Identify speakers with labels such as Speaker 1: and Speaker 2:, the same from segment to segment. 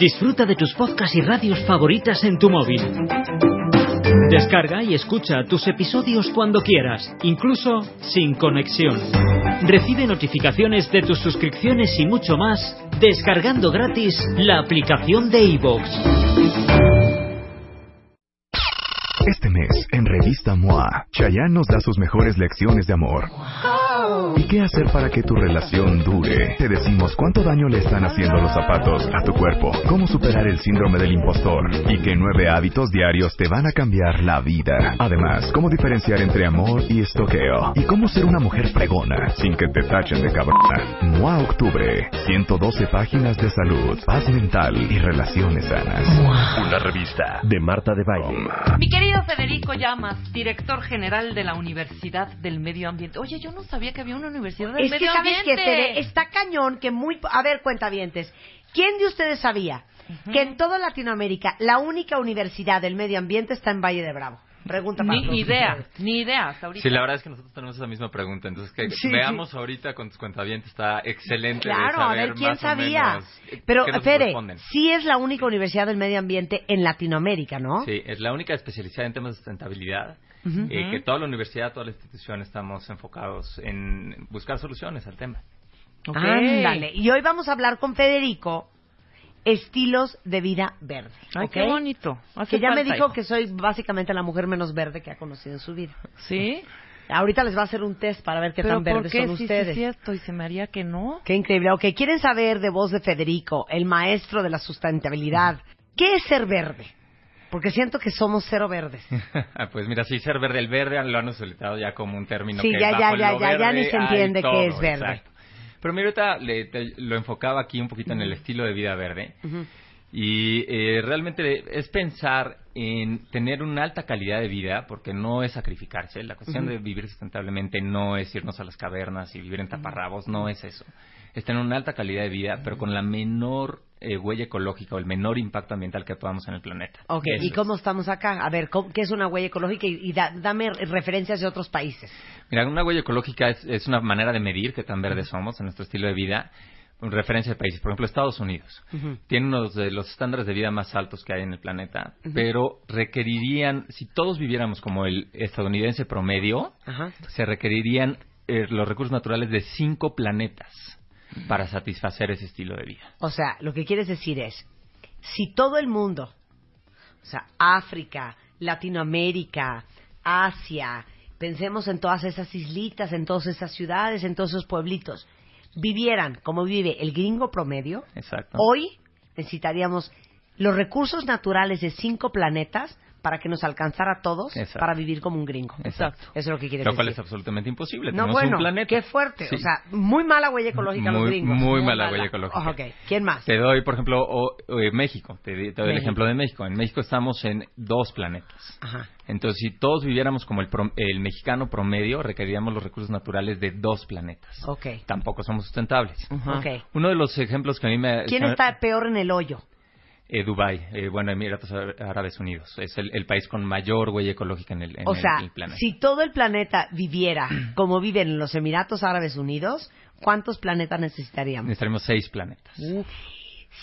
Speaker 1: Disfruta de tus podcasts y radios favoritas en tu móvil. Descarga y escucha tus episodios cuando quieras, incluso sin conexión. Recibe notificaciones de tus suscripciones y mucho más descargando gratis la aplicación de iVoox.
Speaker 2: Este mes, en Revista MOA, Chayanne nos da sus mejores lecciones de amor. ¿Y qué hacer para que tu relación dure? Te decimos cuánto daño le están haciendo los zapatos a tu cuerpo, cómo superar el síndrome del impostor y que nueve hábitos diarios te van a cambiar la vida. Además, cómo diferenciar entre amor y estoqueo y cómo ser una mujer fregona sin que te tachen de cabrona. MOA Octubre, 112 páginas de salud, paz mental y relaciones sanas.
Speaker 3: Una revista de Marta de Baile.
Speaker 4: Mi querido Federico Llamas, director general de la Universidad del Medio Ambiente. Oye, yo no sabía que había una universidad del
Speaker 5: Es que
Speaker 4: medio
Speaker 5: sabes que
Speaker 4: ambiente.
Speaker 5: Fede, está cañón que muy... A ver, cuentavientes, ¿quién de ustedes sabía que en toda Latinoamérica la única universidad del medio ambiente está en Valle de Bravo? Pregunta para todos
Speaker 4: Ni idea,
Speaker 5: ustedes.
Speaker 4: ni idea hasta ahorita.
Speaker 6: Sí, la verdad es que nosotros tenemos esa misma pregunta. Entonces, que
Speaker 5: Sí,
Speaker 6: veamos ahorita con tus cuentavientes. Está excelente. de
Speaker 5: Claro, a
Speaker 6: saber
Speaker 5: ver quién
Speaker 6: más o
Speaker 5: sabía.
Speaker 6: menos, eh,
Speaker 5: Pero,
Speaker 6: qué nos
Speaker 5: Fede,
Speaker 6: responden.
Speaker 5: sí es la única universidad del medio ambiente en Latinoamérica, ¿no?
Speaker 6: Sí, es la única especializada en temas de sustentabilidad. eh, que toda la universidad, toda la institución estamos enfocados en buscar soluciones al tema.
Speaker 4: Ok.
Speaker 5: Ándale. Y hoy vamos a hablar con Federico estilos de vida verde.
Speaker 4: Ay, Oh,
Speaker 5: ¿ok?
Speaker 4: qué bonito. Hace
Speaker 5: Que ya me
Speaker 4: falta,
Speaker 5: dijo
Speaker 4: hijo.
Speaker 5: que soy básicamente la mujer menos verde que ha conocido en su vida.
Speaker 4: Sí.
Speaker 5: Ahorita les va a hacer un test para ver qué
Speaker 4: Pero
Speaker 5: tan
Speaker 4: ¿por
Speaker 5: verdes
Speaker 4: qué
Speaker 5: son
Speaker 4: sí,
Speaker 5: ustedes.
Speaker 4: sí, cierto? Y se me haría que no.
Speaker 5: Qué increíble. Ok, quieren saber de voz de Federico, el maestro de la sustentabilidad. ¿Qué es ser verde? Porque siento que somos cero verdes.
Speaker 6: pues mira, sí, ser verde, el verde lo han utilizado ya como un término.
Speaker 5: Sí,
Speaker 6: que
Speaker 5: ya,
Speaker 6: bajo
Speaker 5: ya,
Speaker 6: lo
Speaker 5: ya, ya, ya ni
Speaker 6: verde
Speaker 5: se
Speaker 6: hay
Speaker 5: entiende qué
Speaker 6: todo,
Speaker 5: es verde.
Speaker 6: exacto. Pero mira, ahorita le- te- lo enfocaba aquí un poquito en el estilo de vida verde. Y eh, realmente es pensar en tener una alta calidad de vida, porque no es sacrificarse. La cuestión de vivir sustentablemente no es irnos a las cavernas y vivir en taparrabos, no es eso. Es tener una alta calidad de vida, pero con la menor eh, huella ecológica o el menor impacto ambiental que podamos en el planeta.
Speaker 5: Ok,
Speaker 6: Eso
Speaker 5: ¿y
Speaker 6: es.
Speaker 5: cómo estamos acá? A ver, ¿cómo- ¿qué es una huella ecológica? Y, y da- dame referencias de otros países.
Speaker 6: Mira, una huella ecológica es, es una manera de medir qué tan verdes somos en nuestro estilo de vida. En referencia de países, por ejemplo, Estados Unidos tiene uno de los estándares de vida más altos que hay en el planeta, pero requerirían, si todos viviéramos como el estadounidense promedio,
Speaker 5: Ajá.
Speaker 6: se requerirían eh, los recursos naturales de cinco planetas para satisfacer ese estilo de vida.
Speaker 5: O sea, lo que quieres decir es, si todo el mundo, o sea, África, Latinoamérica, Asia, pensemos en todas esas islitas, en todas esas ciudades, en todos esos pueblitos, vivieran como vive el gringo promedio,
Speaker 6: Exacto.
Speaker 5: hoy necesitaríamos los recursos naturales de cinco planetas para que nos alcanzara a todos
Speaker 6: Exacto.
Speaker 5: para vivir como un gringo.
Speaker 6: Exacto.
Speaker 5: Eso es lo que quieres
Speaker 6: Lo cual es
Speaker 5: decir.
Speaker 6: absolutamente imposible.
Speaker 5: no,
Speaker 6: Tenemos
Speaker 5: bueno,
Speaker 6: un planeta.
Speaker 5: qué fuerte.
Speaker 6: Sí.
Speaker 5: O sea, muy mala huella ecológica los
Speaker 6: Muy-
Speaker 5: gringos.
Speaker 6: muy mala huella ecológica.
Speaker 5: Ok, ¿quién más?
Speaker 6: Te doy, por ejemplo, o- o, eh, México. Te, di- te doy el
Speaker 5: México.
Speaker 6: ejemplo de México. En México estamos en dos planetas.
Speaker 5: Ajá.
Speaker 6: Entonces, si todos viviéramos como el, prom- el mexicano promedio, requeriríamos los recursos naturales de dos planetas.
Speaker 5: Ok.
Speaker 6: Tampoco somos sustentables.
Speaker 5: Ajá. Ok.
Speaker 6: Uno de los ejemplos que a mí me...
Speaker 5: ¿Quién está peor en el hoyo?
Speaker 6: Eh, Dubái, eh, bueno, Emiratos Árabes Unidos. Es el, el país con mayor huella ecológica en el, en
Speaker 5: O
Speaker 6: el-
Speaker 5: sea,
Speaker 6: el planeta.
Speaker 5: si todo el planeta viviera como viven en los Emiratos Árabes Unidos, ¿cuántos planetas necesitaríamos?
Speaker 6: Necesitaríamos seis planetas.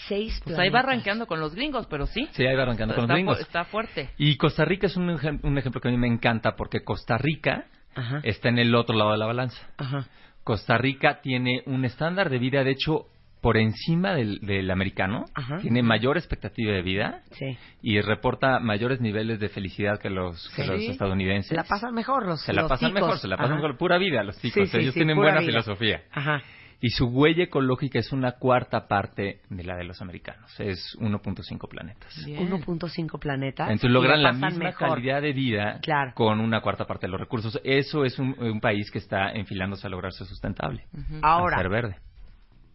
Speaker 5: Seis
Speaker 4: Pues
Speaker 5: planetas.
Speaker 4: ahí va arranqueando con los gringos, pero sí.
Speaker 6: Sí, ahí va arrancando con
Speaker 4: está,
Speaker 6: los gringos.
Speaker 4: fu- está fuerte.
Speaker 6: Y Costa Rica es un, ejem- un ejemplo que a mí me encanta porque Costa Rica
Speaker 5: Ajá.
Speaker 6: está en el otro lado de la balanza.
Speaker 5: Ajá.
Speaker 6: Costa Rica tiene un estándar de vida, de hecho, por encima del, del americano.
Speaker 5: Ajá.
Speaker 6: Tiene mayor expectativa de vida
Speaker 5: Sí.
Speaker 6: y reporta mayores niveles de felicidad que los, que
Speaker 5: Sí.
Speaker 6: los estadounidenses.
Speaker 5: Se la pasan mejor los
Speaker 6: Se la
Speaker 5: los
Speaker 6: pasan
Speaker 5: ticos.
Speaker 6: mejor, se la pasan
Speaker 5: Ajá.
Speaker 6: mejor. Pura vida los chicos,
Speaker 5: Sí, sí,
Speaker 6: ellos
Speaker 5: sí,
Speaker 6: tienen
Speaker 5: pura
Speaker 6: buena
Speaker 5: vida.
Speaker 6: filosofía.
Speaker 5: Ajá.
Speaker 6: Y su huella ecológica es una cuarta parte de la de los americanos, es 1.5 planetas.
Speaker 4: Bien.
Speaker 5: 1.5 planetas.
Speaker 6: Entonces
Speaker 5: y
Speaker 6: logran la
Speaker 5: pasan
Speaker 6: misma
Speaker 5: mejor.
Speaker 6: calidad de vida
Speaker 5: Claro.
Speaker 6: con una cuarta parte de los recursos. Eso es un, un país que está enfilándose a lograrse sustentable,
Speaker 5: Ahora,
Speaker 6: a ser verde.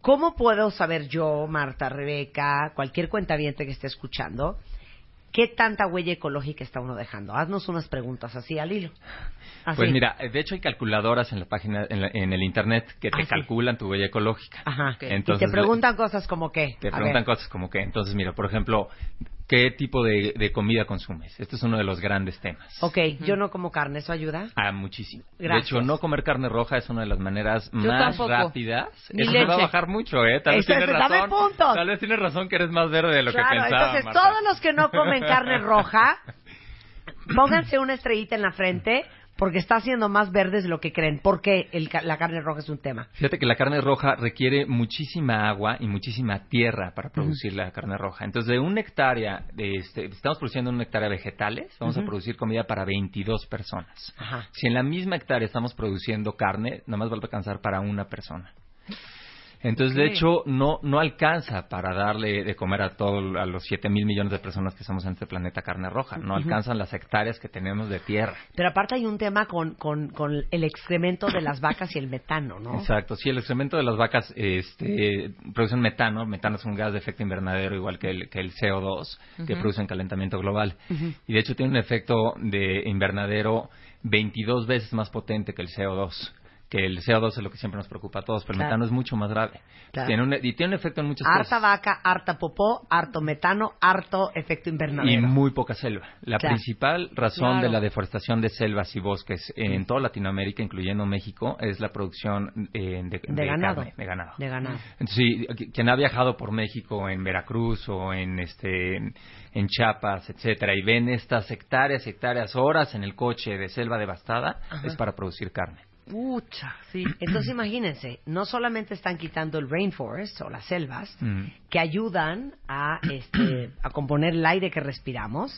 Speaker 5: ¿Cómo puedo saber yo, Marta, Rebeca, cualquier cuentaviente que esté escuchando, qué tanta huella ecológica está uno dejando? Haznos unas preguntas así al hilo. Así.
Speaker 6: Pues mira, de hecho hay calculadoras en la página, en, la- en el internet que te
Speaker 5: Ah, sí.
Speaker 6: calculan tu huella ecológica.
Speaker 5: Ajá.
Speaker 6: Entonces,
Speaker 5: y te preguntan cosas como qué.
Speaker 6: Te
Speaker 5: A
Speaker 6: preguntan
Speaker 5: ver.
Speaker 6: cosas como que, entonces mira, por ejemplo, ¿qué tipo de, de comida consumes? Este es uno de los grandes temas.
Speaker 5: Ok, yo no como carne, ¿eso ayuda?
Speaker 6: Ah, muchísimo.
Speaker 5: Gracias.
Speaker 6: De hecho, no comer carne roja es una de las maneras más
Speaker 4: tampoco.
Speaker 6: rápidas.
Speaker 4: Ni
Speaker 6: Eso te va a
Speaker 4: leche.
Speaker 6: bajar mucho, ¿eh? Tal vez
Speaker 5: Eso-
Speaker 6: tienes
Speaker 5: eso- dame
Speaker 6: razón.
Speaker 5: puntos.
Speaker 6: Tal vez tienes razón que eres más verde de lo que
Speaker 5: claro,
Speaker 6: pensaba.
Speaker 5: entonces
Speaker 6: Marta.
Speaker 5: todos los que no comen carne roja, pónganse una estrellita en la frente porque está haciendo más verdes de lo que creen, porque el ca- la carne roja es un tema.
Speaker 6: Fíjate que la carne roja requiere muchísima agua y muchísima tierra para producir la carne roja. Entonces, de una hectárea, de este, estamos produciendo una hectárea de vegetales, vamos a producir comida para 22 personas.
Speaker 5: Ajá.
Speaker 6: Si en la misma hectárea estamos produciendo carne, nada más va a alcanzar para una persona. Entonces, de hecho, no, no alcanza para darle de comer a todos a los 7 mil millones de personas que somos en este planeta carne roja. No alcanzan las hectáreas que tenemos de tierra.
Speaker 5: Pero aparte hay un tema con, con, con el excremento de las vacas y el metano, ¿no?
Speaker 6: Exacto, sí, el excremento de las vacas este, producen metano. Metano es un gas de efecto invernadero igual que el, que el CO2 que produce el calentamiento global. Y de hecho tiene un efecto de invernadero 22 veces más potente que el CO2. Que el CO2 es lo que siempre nos preocupa a todos, pero el
Speaker 5: Claro.
Speaker 6: metano es mucho más grave.
Speaker 5: Claro.
Speaker 6: Tiene un- y tiene un efecto en muchas
Speaker 5: Harta
Speaker 6: cosas.
Speaker 5: vaca, harta popó, harto metano, harto efecto
Speaker 6: Y
Speaker 5: invernadero.
Speaker 6: muy poca selva. La
Speaker 5: Claro.
Speaker 6: principal razón
Speaker 4: Claro.
Speaker 6: de la deforestación de selvas y bosques en toda Latinoamérica, incluyendo México, es la producción eh, de,
Speaker 5: De ganado.
Speaker 6: carne, de ganado.
Speaker 5: De ganado.
Speaker 6: Entonces, sí, qui- quien ha viajado por México, en Veracruz o en este en, en Chiapas, etcétera, y ven estas hectáreas, hectáreas, horas en el coche de selva devastada, es para producir carne.
Speaker 4: Pucha, sí.
Speaker 5: Entonces imagínense, no solamente están quitando el rainforest o las selvas,
Speaker 6: Mm.
Speaker 5: que ayudan a, este, a componer el aire que respiramos,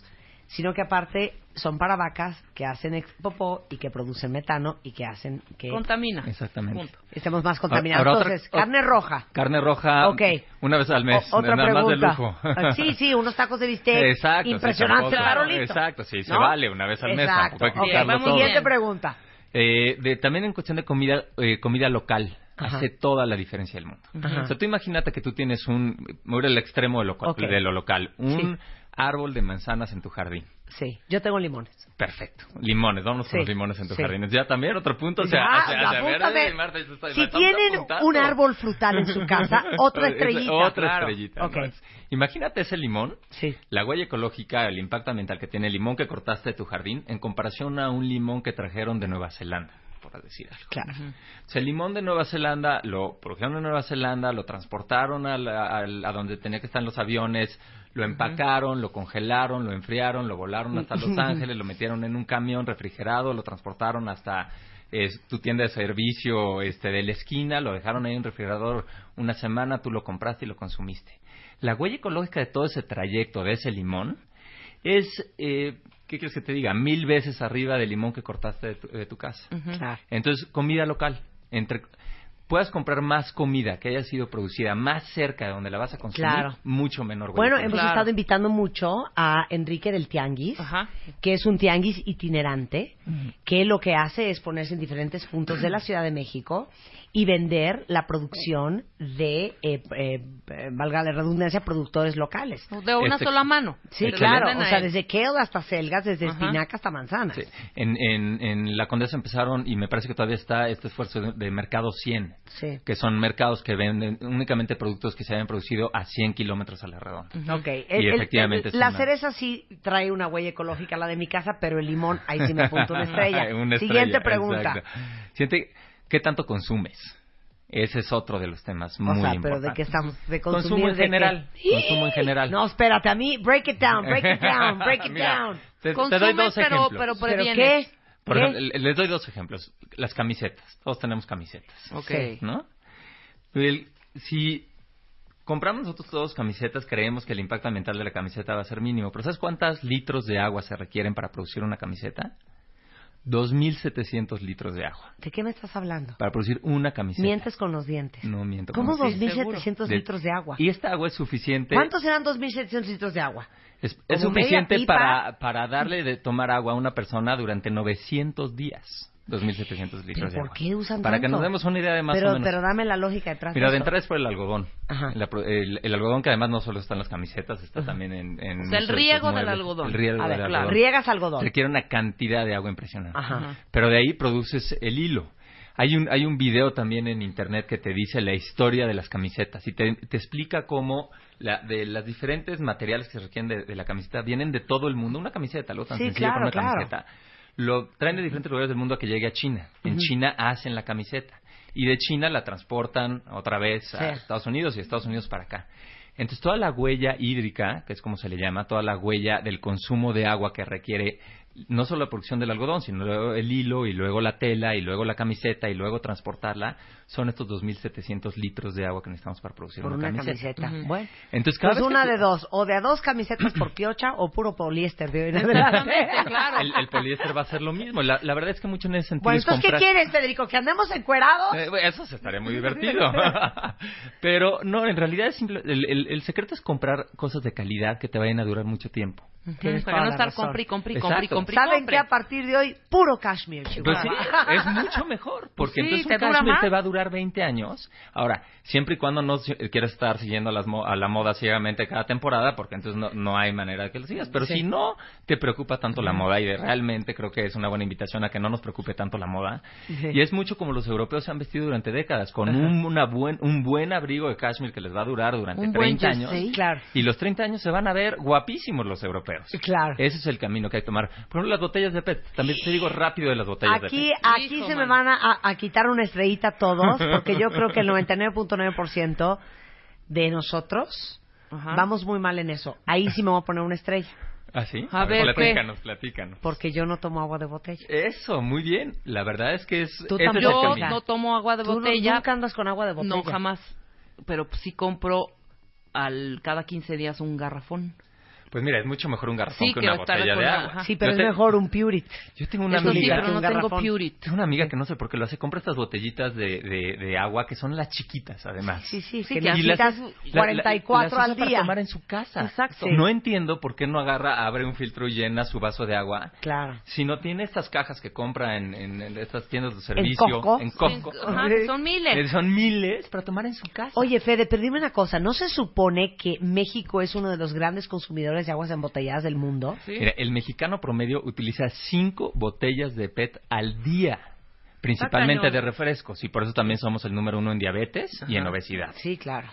Speaker 5: sino que aparte son para vacas que hacen ex- popó y que producen metano y que hacen que
Speaker 4: Contamina.
Speaker 6: Exactamente.
Speaker 4: Punto.
Speaker 5: estemos más contaminados.
Speaker 6: Ahora otra-
Speaker 5: Entonces, carne roja.
Speaker 6: Carne roja,
Speaker 5: Ok.
Speaker 6: una vez al mes,
Speaker 5: O- otra
Speaker 6: nada más de
Speaker 5: pregunta.
Speaker 6: lujo.
Speaker 5: Ah, Sí, sí, unos tacos de bistec.
Speaker 6: Exacto, sí,
Speaker 5: Impresionante,
Speaker 6: tampoco.
Speaker 5: Carolito.
Speaker 6: Exacto, sí, se
Speaker 5: ¿No?
Speaker 6: vale una vez al mes,
Speaker 5: Exacto.
Speaker 6: tampoco hay que
Speaker 5: Ok,
Speaker 6: quitarlo
Speaker 4: vamos
Speaker 6: todo.
Speaker 4: bien.
Speaker 5: Siguiente pregunta.
Speaker 6: Eh, de- también en cuestión de comida, eh, comida local.
Speaker 5: Ajá.
Speaker 6: Hace toda la diferencia del mundo.
Speaker 5: Ajá.
Speaker 6: O sea, tú imagínate que tú tienes un, me voy al extremo de lo,
Speaker 5: Ok.
Speaker 6: de lo local, un
Speaker 5: Sí.
Speaker 6: árbol de manzanas en tu jardín.
Speaker 5: Sí, yo tengo limones.
Speaker 6: Perfecto. Limones, vámonos
Speaker 5: Sí,
Speaker 6: con los limones en tu
Speaker 5: sí.
Speaker 6: jardín. Ya también otro punto. O sea,
Speaker 5: Ya,
Speaker 6: hacia- hacia- a ver,
Speaker 5: Ah, apúntame.
Speaker 6: eh, Marta, esto está- la
Speaker 5: si
Speaker 6: estamos
Speaker 5: tienen
Speaker 6: apuntando.
Speaker 5: un árbol frutal en su casa, otra estrellita.
Speaker 6: Otra
Speaker 5: Claro.
Speaker 6: estrellita. ¿no?
Speaker 5: Ok.
Speaker 6: Imagínate ese limón,
Speaker 5: Sí.
Speaker 6: la huella ecológica, el impacto ambiental que tiene el limón que cortaste de tu jardín en comparación a un limón que trajeron de Nueva Zelanda, por decir algo.
Speaker 5: Claro.
Speaker 6: O sea, el limón de Nueva Zelanda lo produjeron en Nueva Zelanda, lo transportaron a, la- al- a donde tenía que estar los aviones, lo empacaron, lo congelaron, lo enfriaron, lo volaron hasta Los Ángeles, lo metieron en un camión refrigerado, lo transportaron hasta eh, tu tienda de servicio este, de la esquina, lo dejaron ahí en un refrigerador una semana, tú lo compraste y lo consumiste. La huella ecológica de todo ese trayecto de ese limón es, eh, ¿qué quieres que te diga? Mil veces arriba del limón que cortaste de tu, de tu casa.
Speaker 5: Claro.
Speaker 6: Entonces, comida local. Entre, puedas comprar más comida que haya sido producida más cerca de donde la vas a consumir,
Speaker 5: Claro.
Speaker 6: mucho menor. huella
Speaker 5: Bueno, hemos
Speaker 6: ecológica.
Speaker 4: Claro.
Speaker 5: estado invitando mucho a Enrique del Tianguis,
Speaker 4: Ajá.
Speaker 5: que es un tianguis itinerante, que lo que hace es ponerse en diferentes puntos de la Ciudad de México y vender la producción de, eh, eh, valga la redundancia, productores locales.
Speaker 4: De una
Speaker 6: Este-
Speaker 4: sola mano.
Speaker 5: Sí,
Speaker 6: Excelente.
Speaker 5: claro,
Speaker 4: Venden
Speaker 5: o
Speaker 4: a
Speaker 5: sea,
Speaker 4: él.
Speaker 5: desde kale hasta selgas, desde
Speaker 4: Ajá.
Speaker 5: espinaca hasta manzanas.
Speaker 6: Sí. En, en- en la Condesa empezaron, y me parece que todavía está este esfuerzo de, de Mercado 100,
Speaker 5: Sí.
Speaker 6: que son mercados que venden únicamente productos que se hayan producido a 100 kilómetros a la redonda.
Speaker 5: Ok,
Speaker 6: Y efectivamente es
Speaker 5: la
Speaker 6: una-
Speaker 5: cereza sí trae una huella ecológica, la de mi casa, pero el limón, ahí sí me apunto una estrella.
Speaker 6: Una
Speaker 5: Siguiente
Speaker 6: estrella,
Speaker 5: pregunta.
Speaker 6: exacto. Siente, ¿qué tanto consumes? Ese es otro de los temas muy
Speaker 5: O sea,
Speaker 6: importantes.
Speaker 5: pero ¿de qué estamos? ¿De consumir?
Speaker 6: Consumo en
Speaker 5: de qué?
Speaker 6: general. Consumo en general.
Speaker 5: No, espérate, a mí, break it down, break it down, break it
Speaker 6: Mira,
Speaker 5: down.
Speaker 6: Te, te doy
Speaker 4: Consumes,
Speaker 6: dos
Speaker 4: pero-
Speaker 6: ejemplos.
Speaker 4: pero por-
Speaker 5: ¿Pero qué?
Speaker 4: previenes.
Speaker 6: Por
Speaker 5: ¿Qué?
Speaker 6: ejemplo, les doy dos ejemplos. Las camisetas. Todos tenemos camisetas,
Speaker 4: Ok.
Speaker 5: Sí.
Speaker 6: ¿no? El- si compramos nosotros todos camisetas, creemos que el impacto ambiental de la camiseta va a ser mínimo. Pero ¿sabes cuántos litros de agua se requieren para producir una camiseta? 2.700 litros de agua
Speaker 5: ¿De qué me estás hablando?
Speaker 6: para producir una camiseta.
Speaker 5: Mientes con los dientes.
Speaker 6: No miento.
Speaker 5: ¿Cómo
Speaker 6: con-
Speaker 5: 2.700
Speaker 6: De-
Speaker 5: litros de agua?
Speaker 6: Y este- esta agua es suficiente.
Speaker 5: ¿Cuántos eran 2.700 litros de agua?
Speaker 6: Es, es
Speaker 5: Como media
Speaker 6: suficiente
Speaker 5: pipa.
Speaker 6: para, para darle de tomar agua a una persona durante 900 días. 2.700 litros de
Speaker 5: ¿Por
Speaker 6: agua.
Speaker 5: qué usan
Speaker 6: Para que
Speaker 5: tanto?
Speaker 6: nos demos una idea de más
Speaker 5: pero,
Speaker 6: o menos.
Speaker 5: Pero dame la lógica detrás
Speaker 6: Mira,
Speaker 5: de
Speaker 6: de
Speaker 5: esto.
Speaker 6: entrada es por el algodón.
Speaker 5: Ajá.
Speaker 6: La pro- el, el algodón que además no solo está en las camisetas, está también en... en
Speaker 4: O sea, el
Speaker 6: muchos
Speaker 4: riego del
Speaker 6: muebles.
Speaker 4: algodón.
Speaker 6: El riego
Speaker 5: A
Speaker 6: del
Speaker 5: ver,
Speaker 6: algodón.
Speaker 5: Riegas algodón.
Speaker 6: Requiere una cantidad de agua impresionante.
Speaker 5: Ajá.
Speaker 6: Pero de ahí produces el hilo. Hay un, hay un video también en internet que te dice la historia de las camisetas y te, te explica cómo la, de las diferentes materiales que se requieren de, de la camiseta vienen de todo el mundo. Una camiseta, algo tan
Speaker 5: Sí,
Speaker 6: sencillo
Speaker 5: claro,
Speaker 6: como una
Speaker 5: claro.
Speaker 6: camiseta. Lo traen de diferentes lugares del mundo a que llegue a China. En China hacen la camiseta y de China la transportan otra vez a
Speaker 5: Sí.
Speaker 6: Estados Unidos y de Estados Unidos para acá. Entonces, toda la huella hídrica, que es como se le llama, toda la huella del consumo de agua que requiere no solo la producción del algodón, sino luego el hilo y luego la tela y luego la camiseta y luego transportarla, son estos 2.700 litros de agua que necesitamos para producir
Speaker 5: Por
Speaker 6: una,
Speaker 5: una camiseta.
Speaker 4: Ujú.
Speaker 5: Bueno.
Speaker 6: Entonces, cada
Speaker 5: Pues
Speaker 6: vez que
Speaker 5: una
Speaker 6: tú-
Speaker 5: de dos, o de a dos camisetas por piocha o puro poliéster de hoy en adelante.
Speaker 4: Exactamente, claro.
Speaker 6: El, el poliéster va a ser lo mismo. La, la verdad es que mucho en ese sentido
Speaker 5: Bueno,
Speaker 6: es
Speaker 5: entonces, ¿qué
Speaker 6: comprar-
Speaker 5: quieres, Federico? ¿Que andemos encuerados?
Speaker 6: Eh, bueno, eso se estaría muy divertido. Pero no, en realidad es simple- el, el- el secreto es comprar cosas de calidad que te vayan a durar mucho tiempo.
Speaker 5: Tienes
Speaker 4: Para no
Speaker 5: toda la
Speaker 4: estar
Speaker 5: razón.
Speaker 4: compri, compri, compri,
Speaker 6: Exacto.
Speaker 4: compri,
Speaker 5: ¿Saben
Speaker 4: compri.
Speaker 5: que a partir de hoy, puro cashmere,
Speaker 6: Pues sí,
Speaker 5: Chihuahua?
Speaker 6: es mucho mejor, porque
Speaker 4: Sí,
Speaker 6: entonces un
Speaker 4: te dura
Speaker 6: cashmere
Speaker 4: más.
Speaker 6: te va a durar 20 años. Ahora, siempre y cuando no si- quieras estar siguiendo a, las mo- a la moda ciegamente cada temporada, porque entonces no, no hay manera de que lo sigas. Pero si no te preocupa tanto la moda, y de- realmente creo que es una buena invitación a que no nos preocupe tanto la moda, y es mucho como los europeos se han vestido durante décadas, con un, una buen, un buen abrigo de cashmere que les va a durar durante
Speaker 4: Un buen
Speaker 6: 30 años.
Speaker 4: jersey.
Speaker 5: Claro.
Speaker 6: Y los 30 años se van a ver guapísimos los europeos.
Speaker 5: Claro.
Speaker 6: Ese es el camino que hay que tomar. Por ejemplo, las botellas de PET. También te digo rápido de las botellas de PET.
Speaker 5: Aquí, aquí
Speaker 4: Hijo,
Speaker 5: se me
Speaker 4: man.
Speaker 5: van a, a- a quitar una estrellita a todos, porque yo creo que el 99.9% de nosotros
Speaker 4: Ajá.
Speaker 5: vamos muy mal en eso. Ahí sí me voy a poner una estrella,
Speaker 6: ¿Ah, sí?
Speaker 4: A ver,
Speaker 6: platícanos, platícanos.
Speaker 5: porque yo no tomo agua de botella.
Speaker 6: Eso, muy bien. La verdad es que es...
Speaker 5: Tú
Speaker 6: ese es el
Speaker 4: Yo
Speaker 6: camino.
Speaker 4: no tomo agua de
Speaker 5: Tú no-
Speaker 4: botella.
Speaker 5: nunca andas con agua de botella.
Speaker 4: No, jamás. Pero pues, sí compro al cada 15 días un garrafón.
Speaker 6: Pues mira, es mucho mejor un garrafón
Speaker 4: Sí,
Speaker 6: que
Speaker 4: que
Speaker 6: una
Speaker 4: estar
Speaker 6: botella
Speaker 4: con
Speaker 6: de
Speaker 4: la-
Speaker 6: agua.
Speaker 4: ajá.
Speaker 5: Sí, pero
Speaker 6: Yo
Speaker 5: es
Speaker 6: te-
Speaker 5: mejor un Purit.
Speaker 6: Yo tengo una
Speaker 4: Eso sí,
Speaker 6: amiga...
Speaker 4: pero no
Speaker 5: Un
Speaker 4: tengo
Speaker 5: garrafón.
Speaker 4: Purit.
Speaker 6: Tengo una amiga que no sé por qué lo hace, compra estas botellitas de, de, de agua que son las chiquitas, además.
Speaker 5: Sí, sí,
Speaker 4: Sí,
Speaker 5: que
Speaker 4: que así
Speaker 5: necesitas
Speaker 4: las- la-
Speaker 6: La- la-
Speaker 5: 44
Speaker 6: las
Speaker 5: al
Speaker 6: usa para
Speaker 5: día.
Speaker 6: tomar en su casa.
Speaker 5: Exacto.
Speaker 6: No entiendo por qué no agarra, abre un filtro y llena su vaso de agua.
Speaker 5: Claro.
Speaker 6: Si no tiene estas cajas que compra en, en- en estas tiendas de servicio,
Speaker 5: Costco.
Speaker 6: en Costco,
Speaker 4: Ajá, que son
Speaker 6: eh,
Speaker 4: miles.
Speaker 6: son miles para tomar en su casa.
Speaker 5: Oye, Fede, pero dime una cosa. ¿No se supone que México es uno de los grandes consumidores de aguas embotelladas del mundo?
Speaker 4: Sí.
Speaker 6: Mira, el mexicano promedio utiliza cinco botellas de PET al día, principalmente
Speaker 4: Ah, cañón.
Speaker 6: de refrescos, y por eso también somos el número uno en diabetes y en obesidad.
Speaker 5: Sí, claro.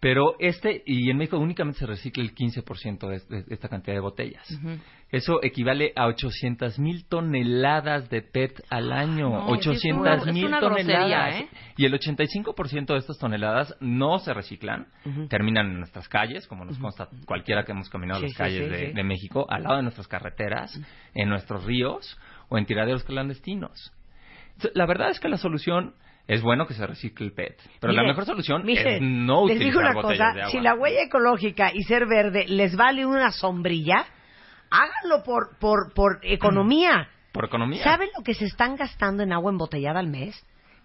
Speaker 6: Pero este, y en México únicamente se recicla el 15% de, es- de esta cantidad de botellas.
Speaker 4: Ujú.
Speaker 6: Eso equivale a 800 mil toneladas de PET al año.
Speaker 4: No, es que es una-
Speaker 6: 800 mil
Speaker 4: es una grosería,
Speaker 6: toneladas.
Speaker 4: ¿eh?
Speaker 6: Y el 85% de estas toneladas no se reciclan, terminan en nuestras calles, como nos consta cualquiera que hemos caminado
Speaker 5: Sí,
Speaker 6: las
Speaker 5: sí,
Speaker 6: calles
Speaker 5: sí,
Speaker 6: de,
Speaker 5: sí.
Speaker 6: de México, al lado de nuestras carreteras, en nuestros ríos o en tiraderos clandestinos. Entonces, La verdad es que la solución es bueno que se recicle el PET, pero la
Speaker 5: Miren,
Speaker 6: mejor solución es
Speaker 5: miren,
Speaker 6: no
Speaker 5: Les digo
Speaker 6: utilizar
Speaker 5: una
Speaker 6: botellas
Speaker 5: cosa,
Speaker 6: de agua.
Speaker 5: si la huella ecológica y ser verde les vale una sombrilla, háganlo por, por, por economía.
Speaker 6: Por economía.
Speaker 5: ¿Saben lo que se están gastando en agua embotellada al mes?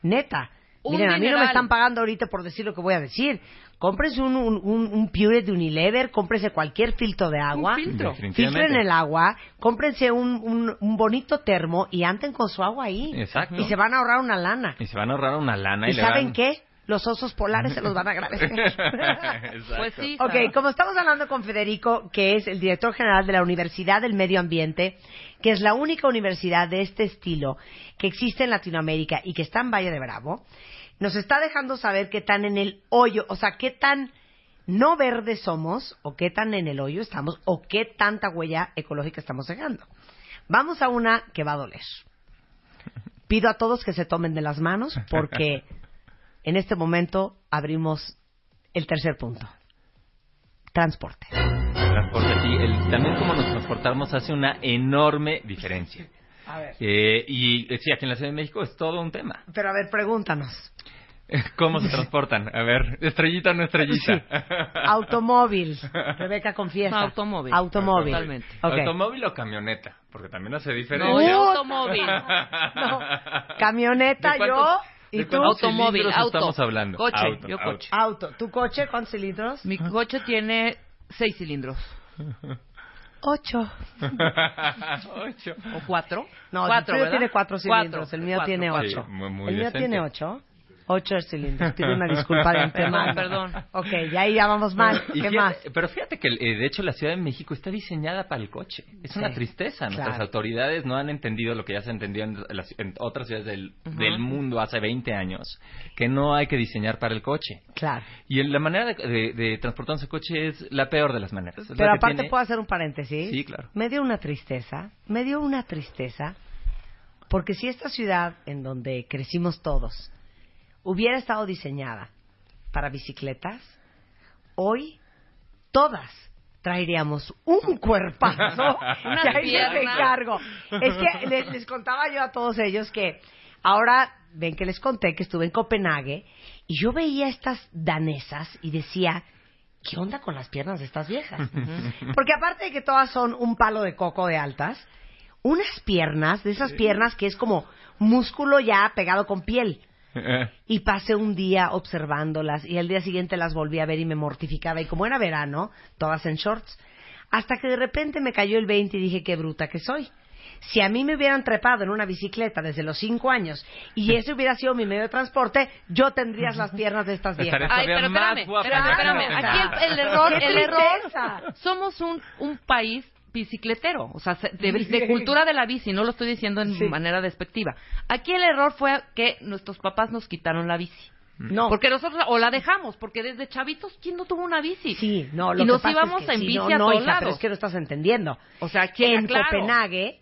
Speaker 5: Neta.
Speaker 4: Un
Speaker 5: Miren, a mí no me
Speaker 4: dineral.
Speaker 5: están pagando ahorita por decir lo que voy a decir. Cómprese un, un, un, un Pure de Unilever, cómprese cualquier filtro de agua.
Speaker 4: filtro.
Speaker 5: Filtren
Speaker 6: Definitivamente.
Speaker 5: el agua, cómprense un, un, un bonito termo y anden con su agua ahí.
Speaker 6: Exacto.
Speaker 5: Y se van a ahorrar una lana.
Speaker 6: Y se van a ahorrar una lana.
Speaker 5: ¿Y
Speaker 6: le
Speaker 5: saben
Speaker 6: van-
Speaker 5: qué? Los osos polares se los van a agradecer.
Speaker 6: Exacto.
Speaker 4: Pues sí.
Speaker 5: ok, como estamos hablando con Federico, que es el director general de la Universidad del Medio Ambiente, que es la única universidad de este estilo que existe en Latinoamérica y que está en Valle de Bravo, nos está dejando saber qué tan en el hoyo, o sea, qué tan no verdes somos, o qué tan en el hoyo estamos, o qué tanta huella ecológica estamos dejando. Vamos a una que va a doler. Pido a todos que se tomen de las manos porque en este momento abrimos el tercer punto. Transporte.
Speaker 6: Transporte aquí, el- también como nos transportamos hace una enorme diferencia.
Speaker 5: A ver.
Speaker 6: Eh, y eh, sí, aquí en la Ciudad de México es todo un tema.
Speaker 5: Pero a ver, pregúntanos.
Speaker 6: ¿Cómo se transportan? A ver, estrellita o no estrellita.
Speaker 5: Automóvil. Rebeca confiesa.
Speaker 4: Automóvil.
Speaker 5: Automóvil.
Speaker 4: Totalmente.
Speaker 5: Ok.
Speaker 6: ¿Automóvil o camioneta? Porque también hace
Speaker 4: No,
Speaker 6: diferencia.
Speaker 4: es
Speaker 5: Puta.
Speaker 4: automóvil.
Speaker 5: No. Camioneta
Speaker 6: ¿De cuántos-
Speaker 5: yo
Speaker 6: de
Speaker 5: y tú.
Speaker 6: cuántos
Speaker 4: Automóvil,
Speaker 6: cilindros
Speaker 4: auto,
Speaker 6: estamos hablando?
Speaker 4: coche,
Speaker 6: Auto,
Speaker 4: yo
Speaker 6: auto.
Speaker 4: coche.
Speaker 5: Auto. ¿Tu coche? ¿Cuántos cilindros?
Speaker 4: Mi coche tiene seis cilindros.
Speaker 7: Ocho.
Speaker 6: Ocho.
Speaker 4: ¿O cuatro?
Speaker 5: No,
Speaker 4: cuatro,
Speaker 5: el tuyo
Speaker 4: ¿verdad?
Speaker 5: tiene cuatro cilindros, el mío
Speaker 4: cuatro,
Speaker 5: tiene
Speaker 4: cuatro.
Speaker 5: ocho.
Speaker 6: Sí, muy- muy
Speaker 5: el mío
Speaker 6: decente.
Speaker 5: tiene ocho. Ocho cilindros. Pido una disculpa de antemano.
Speaker 4: Perdón, perdón.
Speaker 5: Ok, ya ahí ya vamos mal.
Speaker 6: Y
Speaker 5: ¿Qué
Speaker 6: fíjate-
Speaker 5: más?
Speaker 6: Pero fíjate que, eh, de hecho, la Ciudad de México está diseñada para el coche. Es una
Speaker 5: Sí,
Speaker 6: tristeza. Nuestras
Speaker 5: claro.
Speaker 6: autoridades no han entendido lo que ya se entendió en, las- en otras ciudades del,
Speaker 4: Ujú.
Speaker 6: del mundo hace 20 años, que no hay que diseñar para el coche.
Speaker 5: Claro.
Speaker 6: Y en la manera de, de- de transportarse en coche es la peor de las maneras. Es la
Speaker 5: Pero
Speaker 6: que
Speaker 5: aparte,
Speaker 6: tiene-
Speaker 5: ¿puedo hacer un paréntesis?
Speaker 6: Sí, claro.
Speaker 5: Me dio una tristeza, me dio una tristeza, porque si esta ciudad en donde crecimos todos hubiera estado diseñada para bicicletas, hoy todas traeríamos un cuerpazo
Speaker 4: Unas
Speaker 5: que ahí les
Speaker 4: piernas.
Speaker 5: encargo. Es que les, les contaba yo a todos ellos que ahora ven que les conté que estuve en Copenhague y yo veía estas danesas y decía, ¿qué onda con las piernas de estas viejas? Porque aparte de que todas son un palo de coco de altas, unas piernas, de esas piernas que es como músculo ya pegado con piel. Y pasé un día observándolas y al día siguiente las volví a ver y me mortificaba. Y como era verano, todas en shorts. Hasta que de repente me cayó el 20 y dije, qué bruta que soy. Si a mí me hubieran trepado en una bicicleta desde los cinco años y ese hubiera sido mi medio de transporte, yo tendrías las piernas de estas viejas.
Speaker 6: Estarías
Speaker 4: Ay, pero
Speaker 6: todavía más
Speaker 4: espérame,
Speaker 6: guapa.
Speaker 4: espérame, espérame.
Speaker 5: Claro,
Speaker 4: Aquí
Speaker 5: claro.
Speaker 4: el, el error,
Speaker 5: ¡Qué
Speaker 4: el
Speaker 5: tristeza!
Speaker 4: error. Somos un, un país bicicletero, o sea, se- de, de cultura de la bici, no lo estoy diciendo en manera despectiva. Aquí el error fue que nuestros papás nos quitaron la bici.
Speaker 5: No.
Speaker 4: Porque nosotros, o la dejamos, porque desde chavitos, ¿quién no tuvo una bici?
Speaker 5: Sí, no, lo
Speaker 4: y
Speaker 5: que
Speaker 4: nos
Speaker 5: pasa es
Speaker 4: íbamos
Speaker 5: que
Speaker 4: en
Speaker 5: sí,
Speaker 4: bici
Speaker 5: no,
Speaker 4: a
Speaker 5: no,
Speaker 4: todos
Speaker 5: hija,
Speaker 4: lados.
Speaker 5: Pero es que no estás entendiendo.
Speaker 4: O sea, aquí
Speaker 5: en
Speaker 4: claro.
Speaker 5: Copenhague,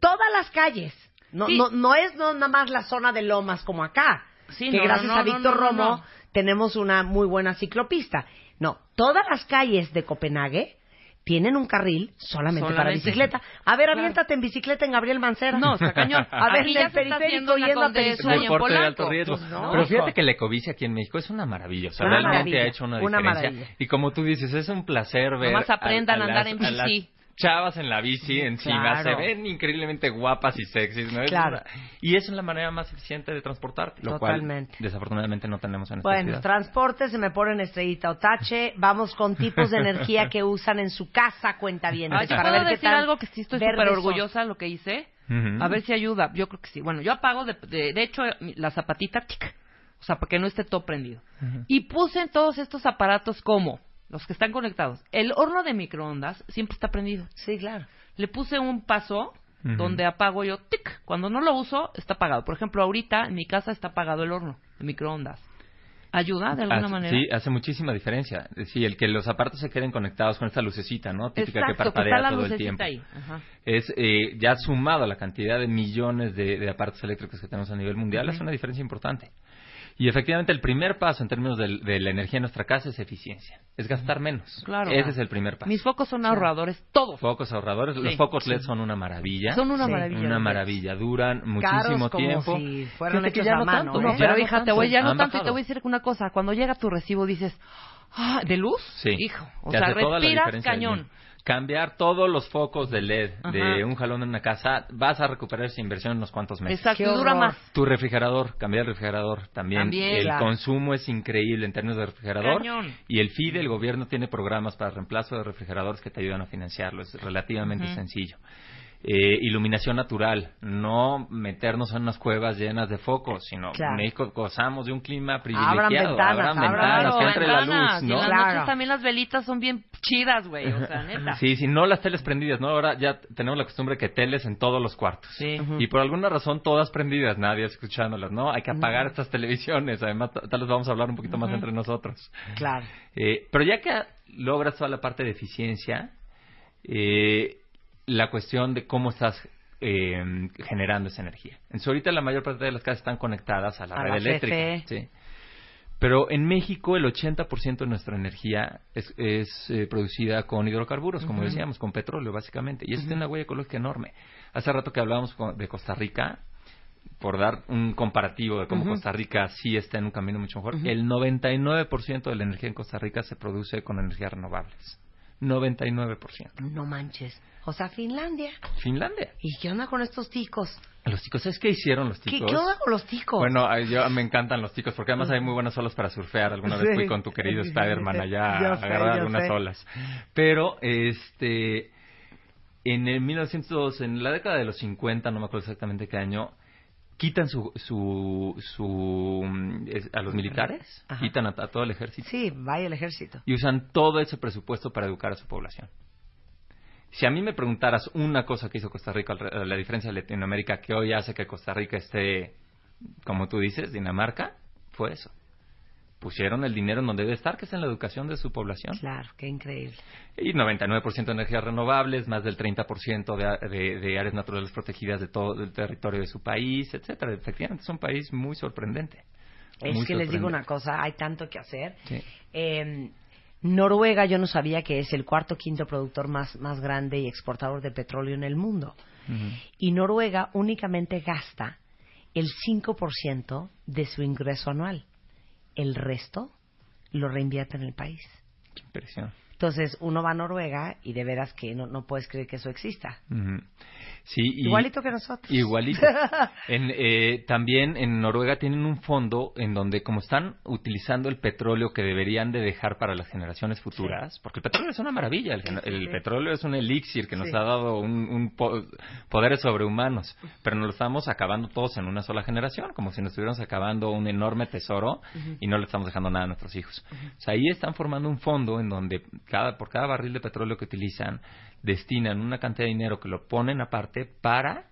Speaker 5: todas las calles, no,
Speaker 4: Sí.
Speaker 5: no, no es no, nada más la zona de lomas como acá,
Speaker 4: Sí,
Speaker 5: que
Speaker 4: no,
Speaker 5: gracias
Speaker 4: no,
Speaker 5: a
Speaker 4: no,
Speaker 5: Víctor
Speaker 4: no, no,
Speaker 5: Romo
Speaker 4: no.
Speaker 5: tenemos una muy buena ciclopista. No, todas las calles de Copenhague tienen un carril solamente, para
Speaker 4: Solamente.
Speaker 5: bicicleta. A ver, aviéntate en bicicleta en Gabriel Mancera.
Speaker 4: No, está cañón.
Speaker 5: A ver,
Speaker 4: Aquí
Speaker 5: en
Speaker 4: ya
Speaker 5: el
Speaker 4: se está
Speaker 5: periférico
Speaker 4: haciendo una
Speaker 5: yendo a
Speaker 4: condesa
Speaker 5: Perisur.
Speaker 4: y en
Speaker 6: Deporte de alto
Speaker 4: Polanco.
Speaker 6: riesgo.
Speaker 5: Pues no,
Speaker 6: Pero
Speaker 5: hijo.
Speaker 6: fíjate que la ecobici aquí en México es una maravilla. O sea,
Speaker 5: Una
Speaker 6: realmente
Speaker 5: maravilla,
Speaker 6: ha hecho una
Speaker 5: una
Speaker 6: diferencia.
Speaker 5: maravilla.
Speaker 6: Y como tú dices, es un placer ver.
Speaker 4: Nomás aprendan a andar en
Speaker 6: las
Speaker 4: bici.
Speaker 6: Chavas en la bici encima
Speaker 5: Claro.
Speaker 6: se ven increíblemente guapas y sexys, ¿no? Es
Speaker 5: Claro.
Speaker 6: una- Y es la manera más eficiente de transportarte, lo
Speaker 5: Totalmente.
Speaker 6: cual desafortunadamente no tenemos en esta
Speaker 5: Bueno,
Speaker 6: ciudad.
Speaker 5: transporte, se me ponen estrellita o tache. Vamos con tipos de energía que usan en su casa, cuenta bien.
Speaker 4: Ay, ¿te
Speaker 5: para
Speaker 4: puedo
Speaker 5: ver qué
Speaker 4: decir
Speaker 5: tan
Speaker 4: algo que sí estoy
Speaker 5: verdes
Speaker 4: súper
Speaker 5: son.
Speaker 4: orgullosa de lo que hice?
Speaker 6: Ujú.
Speaker 4: A ver si ayuda. Yo creo que sí. Bueno, yo apago, de, de, de hecho, mi- la zapatita, tic, o sea, para que no esté todo prendido. Y puse en todos estos aparatos como los que están conectados. El horno de microondas siempre está prendido.
Speaker 5: Sí, claro.
Speaker 4: Le puse un paso donde apago yo, tic. Cuando no lo uso, está apagado. Por ejemplo, ahorita en mi casa está apagado el horno de microondas. ¿Ayuda de alguna
Speaker 6: Hace-
Speaker 4: manera?
Speaker 6: Sí, hace muchísima diferencia. Sí, el que los aparatos se queden conectados con esta lucecita, ¿no? Típica
Speaker 4: Exacto,
Speaker 6: que
Speaker 4: que
Speaker 6: parpadea
Speaker 4: está la
Speaker 6: todo el tiempo.
Speaker 4: lucecita ahí. Ajá.
Speaker 6: es eh, ya sumado a la cantidad de millones de, de aparatos eléctricos que tenemos a nivel mundial, hace una diferencia importante. Y efectivamente el primer paso en términos del- de, la energía en nuestra casa es eficiencia, es gastar menos.
Speaker 4: Claro.
Speaker 6: Ese es el primer paso.
Speaker 4: Mis focos son ahorradores, todos.
Speaker 6: Focos ahorradores, los
Speaker 4: Sí.
Speaker 6: focos LED son una maravilla.
Speaker 4: Son una
Speaker 5: Sí.
Speaker 4: maravilla.
Speaker 6: una
Speaker 4: los
Speaker 6: maravilla, duran
Speaker 5: Caros
Speaker 6: muchísimo
Speaker 5: como
Speaker 6: tiempo.
Speaker 5: si fueran
Speaker 6: Fíjate que
Speaker 5: hechos
Speaker 6: ya
Speaker 5: a
Speaker 6: no
Speaker 5: mano,
Speaker 6: tanto,
Speaker 5: ¿eh?
Speaker 4: No,
Speaker 6: ya
Speaker 4: pero
Speaker 6: no
Speaker 4: hija, te
Speaker 6: tanto.
Speaker 4: voy, ya no
Speaker 6: Han
Speaker 4: tanto, y te
Speaker 6: bajado.
Speaker 4: voy a decir una cosa. Cuando llega tu recibo dices, ah, ¿de luz?
Speaker 6: Sí.
Speaker 4: Hijo, o
Speaker 6: Te
Speaker 4: sea,
Speaker 6: hace toda la
Speaker 4: respiras
Speaker 6: diferencia del
Speaker 4: cañón.
Speaker 6: mundo. Cambiar todos los focos de LED de
Speaker 4: Ajá.
Speaker 6: un jalón en una casa, vas a recuperar esa inversión en unos cuantos meses.
Speaker 4: Exacto,
Speaker 5: Qué
Speaker 4: y dura
Speaker 5: horror.
Speaker 4: más.
Speaker 6: Tu refrigerador, cambiar el refrigerador también.
Speaker 4: También,
Speaker 6: el
Speaker 4: claro.
Speaker 6: consumo es increíble en términos de refrigerador.
Speaker 4: Cañón.
Speaker 6: Y el FIDE, el gobierno, tiene programas para reemplazo de refrigeradores que te ayudan a financiarlo. Es relativamente sencillo. Eh, iluminación natural, no meternos en unas cuevas llenas de focos, sino
Speaker 5: Claro.
Speaker 6: en México gozamos de un clima
Speaker 5: Abran
Speaker 6: privilegiado.
Speaker 5: ventanas,
Speaker 6: abran
Speaker 5: abran
Speaker 6: ventanas,
Speaker 4: Claro,
Speaker 6: Ah, que entre la
Speaker 4: ventanas,
Speaker 6: luz,
Speaker 4: y en
Speaker 6: ¿no?
Speaker 4: las
Speaker 5: Claro.
Speaker 4: noches también las velitas son bien chidas, güey, o sea, neta.
Speaker 6: Sí, sí, no las teles prendidas, ¿no? Ahora ya tenemos la costumbre que teles en todos los cuartos.
Speaker 4: Sí. Ujú.
Speaker 6: Y por alguna razón todas prendidas, nadie escuchándolas, ¿no? Hay que apagar estas televisiones, además t- tal vez vamos a hablar un poquito más entre nosotros.
Speaker 5: Claro.
Speaker 6: Eh, pero ya que logras toda la parte de eficiencia, eh, la cuestión de cómo estás eh, generando esa energía. Entonces ahorita la mayor parte de las casas están conectadas a la
Speaker 5: A
Speaker 6: red
Speaker 5: la E.
Speaker 6: eléctrica.
Speaker 5: CFE.
Speaker 6: sí. Pero en México el 80% de nuestra energía es, es, eh, producida con hidrocarburos, como decíamos, con petróleo básicamente. Y eso tiene una huella ecológica enorme. Hace rato que hablábamos con- de Costa Rica, por dar un comparativo de cómo Costa Rica sí está en un camino mucho mejor, el 99% de la energía en Costa Rica se produce con energías renovables. 99%.
Speaker 5: No manches. O sea, Finlandia.
Speaker 6: Finlandia.
Speaker 5: ¿Y qué onda con estos ticos?
Speaker 6: Los ticos, ¿sabes qué hicieron los
Speaker 5: ¿Qué,
Speaker 6: ticos?
Speaker 5: qué onda con los ticos?
Speaker 6: Bueno, ay, yo, me encantan los ticos porque además hay muy buenas olas para surfear. Alguna
Speaker 5: Sí.
Speaker 6: vez fui con tu querido Spider-Man allá
Speaker 5: Yo
Speaker 6: a
Speaker 5: sé,
Speaker 6: agarrar
Speaker 5: yo
Speaker 6: algunas
Speaker 5: sé.
Speaker 6: olas. Pero, este, en el 1902, en la década de los 50, no me acuerdo exactamente qué año, quitan su, su, su mm, es- a los militares,
Speaker 5: Ajá.
Speaker 6: quitan a, a todo el ejército
Speaker 5: Sí, vaya el ejército.
Speaker 6: y usan todo ese presupuesto para educar a su población. Si a mí me preguntaras una cosa que hizo Costa Rica, alre- la diferencia de Latinoamérica que hoy hace que Costa Rica esté, como tú dices, Dinamarca, fue eso. Pusieron el dinero en donde debe estar, que es en la educación de su población.
Speaker 5: Claro, qué increíble.
Speaker 6: Y 99% de energías renovables, más del 30% de, a- de, de áreas naturales protegidas de todo el territorio de su país, etcétera. Efectivamente, es un país muy sorprendente.
Speaker 5: Es
Speaker 6: Muy
Speaker 5: que les digo
Speaker 6: sorprendente.
Speaker 5: una cosa, hay tanto que hacer.
Speaker 6: Sí.
Speaker 5: Eh, Noruega, yo no sabía que es el cuarto quinto productor más, más grande y exportador de petróleo en el mundo. Y Noruega únicamente gasta el 5% de su ingreso anual. El resto lo reinvierte en el país.
Speaker 6: Qué impresión.
Speaker 5: Entonces, uno va a Noruega y de veras que no, no puedes creer que eso exista.
Speaker 6: Ujú. Sí, y-
Speaker 5: Igualito que nosotros.
Speaker 6: Igualito. En, eh, también en Noruega tienen un fondo en donde, como están utilizando el petróleo que deberían de dejar para las generaciones futuras, porque el petróleo es una maravilla, el, gen- el petróleo es un elixir que nos
Speaker 5: Sí.
Speaker 6: ha dado un, un po- poderes sobrehumanos, pero nos lo estamos acabando todos en una sola generación, como si nos estuviéramos acabando un enorme tesoro y no le estamos dejando nada a nuestros hijos. O sea, ahí están formando un fondo en donde cada, por cada barril de petróleo que utilizan, destinan una cantidad de dinero que lo ponen aparte para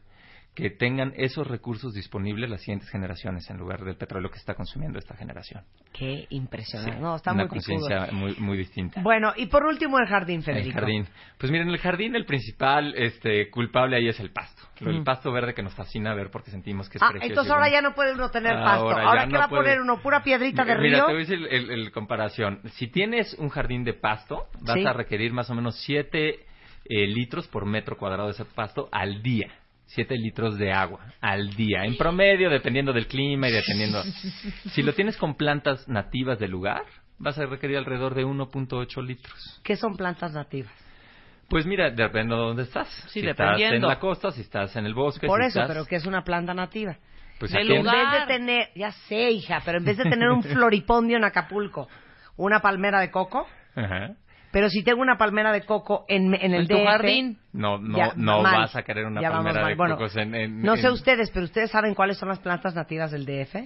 Speaker 6: que tengan esos recursos disponibles las siguientes generaciones en lugar del petróleo que está consumiendo esta generación.
Speaker 5: Qué impresionante.
Speaker 6: Sí,
Speaker 5: Ah, no, está
Speaker 6: una
Speaker 5: muy picudo.
Speaker 6: conciencia muy, muy distinta.
Speaker 5: Bueno, y por último el jardín, Federico.
Speaker 6: El jardín. Pues miren, el jardín, el principal este, culpable ahí es el pasto. Lo- El pasto verde que nos fascina ver porque sentimos que es
Speaker 5: Mm. Ah,
Speaker 6: precioso.
Speaker 5: entonces ahora ya no puede uno tener pasto. Ahora,
Speaker 6: Ah, ya
Speaker 5: ¿qué
Speaker 6: no
Speaker 5: va
Speaker 6: puede.
Speaker 5: a poner uno? ¿Pura piedrita de
Speaker 6: Mira,
Speaker 5: río?
Speaker 6: te voy a decir el, el- el comparación. Si tienes un jardín de pasto, vas
Speaker 5: Sí.
Speaker 6: a requerir más o menos 7 litros por metro cuadrado de ese pasto al día. 7 litros de agua al día. En promedio, dependiendo del clima y dependiendo... si lo tienes con plantas nativas del lugar, vas a requerir alrededor de 1.8 litros.
Speaker 5: ¿Qué son plantas nativas?
Speaker 6: Pues mira, depende de dónde estás.
Speaker 4: Sí,
Speaker 6: si estás en
Speaker 4: dependiendo.
Speaker 6: la costa, si estás en el bosque,
Speaker 5: Por
Speaker 6: si
Speaker 5: eso,
Speaker 6: estás-
Speaker 5: pero ¿qué es una planta nativa?
Speaker 6: pues,
Speaker 4: del
Speaker 6: aquí en-
Speaker 5: En vez de tener, ya sé, hija, pero en vez de tener un floripondio en Acapulco, una palmera de coco,
Speaker 6: Ajá.
Speaker 5: pero si tengo una palmera de coco en, en el
Speaker 4: En tu
Speaker 5: DF,
Speaker 4: jardín.
Speaker 6: No, no,
Speaker 5: ya,
Speaker 6: no
Speaker 5: mal.
Speaker 6: vas a querer una
Speaker 5: Ya vamos
Speaker 6: palmera
Speaker 5: mal.
Speaker 6: de
Speaker 5: Bueno,
Speaker 6: cocos en, en-
Speaker 5: No sé
Speaker 6: en-
Speaker 5: ustedes, pero ustedes saben cuáles son las plantas nativas del DF.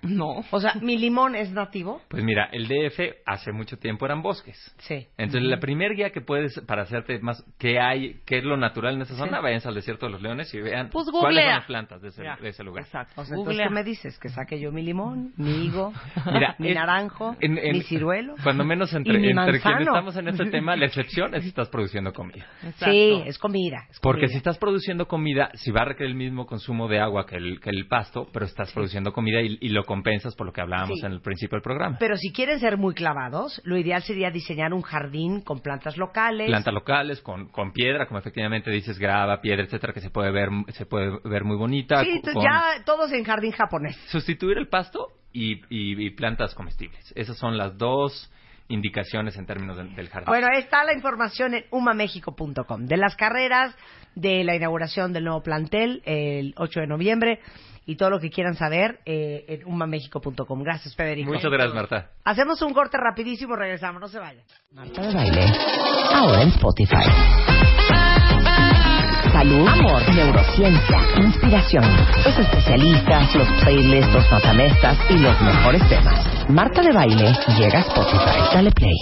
Speaker 4: No.
Speaker 5: O sea, ¿mi limón es nativo?
Speaker 6: Pues mira, el DF hace mucho tiempo eran bosques.
Speaker 5: Sí.
Speaker 6: Entonces, la primer guía que puedes para hacerte más qué hay, qué es lo natural en esa zona, váyanse al desierto de los leones y vean
Speaker 4: Pues
Speaker 6: cuáles son
Speaker 4: googlea.
Speaker 6: las plantas de ese,
Speaker 4: Ya,
Speaker 6: de ese lugar.
Speaker 4: Exacto.
Speaker 5: O sea, entonces,
Speaker 4: Googlea.
Speaker 5: ¿qué me dices? Que saque yo mi limón, mi higo,
Speaker 6: Mira,
Speaker 5: mi
Speaker 6: es-
Speaker 5: naranjo,
Speaker 6: en- en-
Speaker 5: mi ciruelo.
Speaker 6: Cuando menos entre,
Speaker 5: y mi
Speaker 6: entre quienes
Speaker 5: manzano.
Speaker 6: estamos en este tema, la excepción es si estás produciendo comida.
Speaker 4: Exacto.
Speaker 5: Sí, es comida. es
Speaker 6: Porque
Speaker 5: comida.
Speaker 6: si estás produciendo comida, si va a requerir el mismo consumo de agua que el, que el pasto, pero estás produciendo comida y, y lo compensas por lo que hablábamos
Speaker 5: Sí.
Speaker 6: en el principio del programa.
Speaker 5: Pero si quieren ser muy clavados, lo ideal sería diseñar un jardín con plantas locales.
Speaker 6: plantas locales con, con piedra, como efectivamente dices, grava, piedra, etcétera, que se puede ver se puede ver muy bonita.
Speaker 5: Sí, tú-
Speaker 6: con-
Speaker 5: ya todos en jardín japonés.
Speaker 6: Sustituir el pasto y, y- y plantas comestibles. Esas son las dos indicaciones en términos del- del jardín.
Speaker 5: Bueno, está la información en umamexico.com. De las carreras, de la inauguración del nuevo plantel el 8 de noviembre y todo lo que quieran saber eh, en umamexico.com. Gracias, Federico.
Speaker 6: Muchas gracias, Marta.
Speaker 5: Hacemos un corte rapidísimo, regresamos, no se vayan.
Speaker 7: Marta de Baile, ahora en Spotify. Salud, amor, neurociencia, inspiración, los especialistas, los playlists, los matamestas y los mejores temas. Marta de Baile llega a Spotify. Dale play.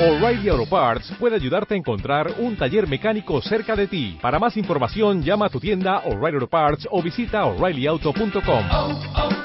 Speaker 8: O'Reilly Auto Parts puede ayudarte a encontrar un taller mecánico cerca de ti. Para más información, llama a tu tienda O'Reilly Auto Parts o visita oreillyauto.com.
Speaker 9: oh,